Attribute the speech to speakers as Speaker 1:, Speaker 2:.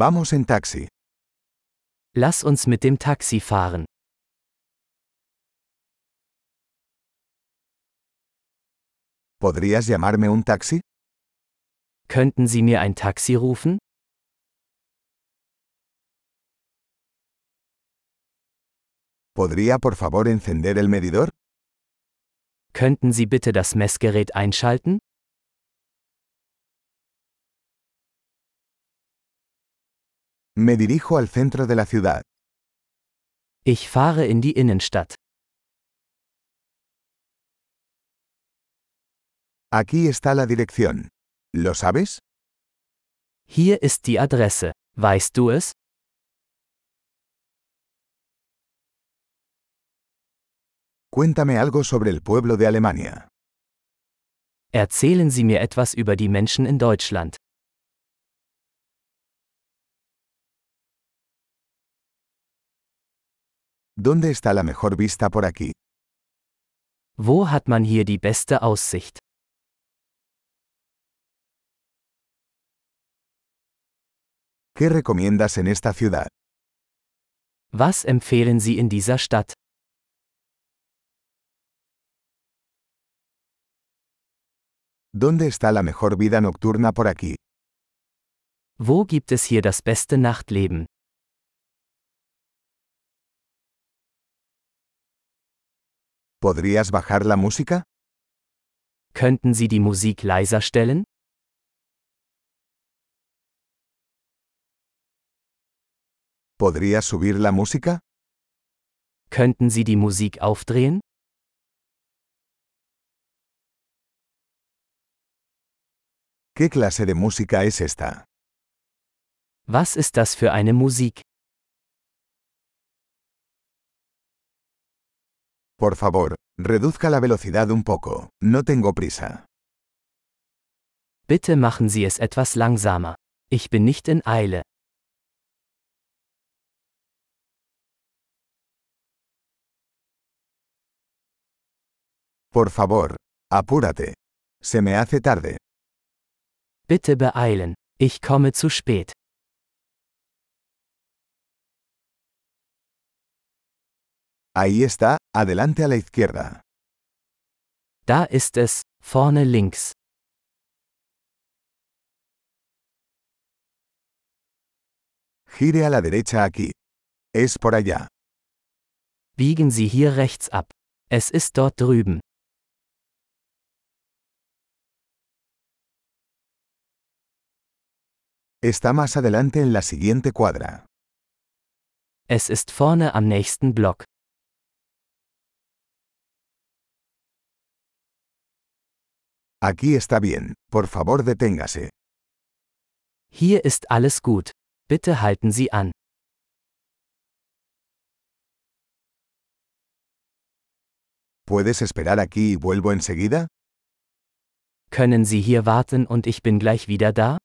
Speaker 1: Vamos en taxi.
Speaker 2: Lass uns mit dem Taxi fahren.
Speaker 1: ¿Podrías llamarme un taxi?
Speaker 2: Könnten Sie mir ein Taxi rufen?
Speaker 1: ¿Podría por favor encender el medidor?
Speaker 2: Könnten Sie bitte das Messgerät einschalten?
Speaker 1: Me dirijo al centro de la ciudad.
Speaker 2: Ich fahre in die Innenstadt.
Speaker 1: Aquí está la dirección. ¿Lo sabes?
Speaker 2: Hier ist die Adresse. Weißt du es?
Speaker 1: Cuéntame algo sobre el pueblo de Alemania.
Speaker 2: Erzählen Sie mir etwas über die Menschen in Deutschland.
Speaker 1: ¿Dónde está la mejor vista por aquí?
Speaker 2: Wo hat man hier die beste Aussicht?
Speaker 1: ¿Qué recomiendas en esta ciudad?
Speaker 2: Was empfehlen Sie in dieser Stadt?
Speaker 1: ¿Dónde está la mejor vida nocturna por aquí?
Speaker 2: Wo gibt es hier das beste Nachtleben?
Speaker 1: ¿Podrías bajar la música?
Speaker 2: Könnten Sie die Musik leiser stellen?
Speaker 1: ¿Podrías subir la música?
Speaker 2: Könnten Sie die Musik aufdrehen?
Speaker 1: ¿Qué clase de música es esta?
Speaker 2: Was ist das für eine Musik?
Speaker 1: Por favor, reduzca la velocidad un poco. No tengo prisa.
Speaker 2: Bitte machen Sie es etwas langsamer. Ich bin nicht in Eile.
Speaker 1: Por favor, apúrate. Se me hace tarde.
Speaker 2: Bitte beeilen. Ich komme zu spät.
Speaker 1: Ahí está, adelante a la izquierda.
Speaker 2: Da ist es, vorne links.
Speaker 1: Gire a la derecha aquí. Es por allá.
Speaker 2: Biegen Sie hier rechts ab. Es ist dort drüben.
Speaker 1: Está más adelante en la siguiente cuadra.
Speaker 2: Es ist vorne am nächsten Block.
Speaker 1: Aquí está bien, por favor deténgase.
Speaker 2: Hier ist alles gut. Bitte halten Sie an.
Speaker 1: ¿Puedes esperar aquí y vuelvo enseguida?
Speaker 2: Können Sie hier warten und ich bin gleich wieder da?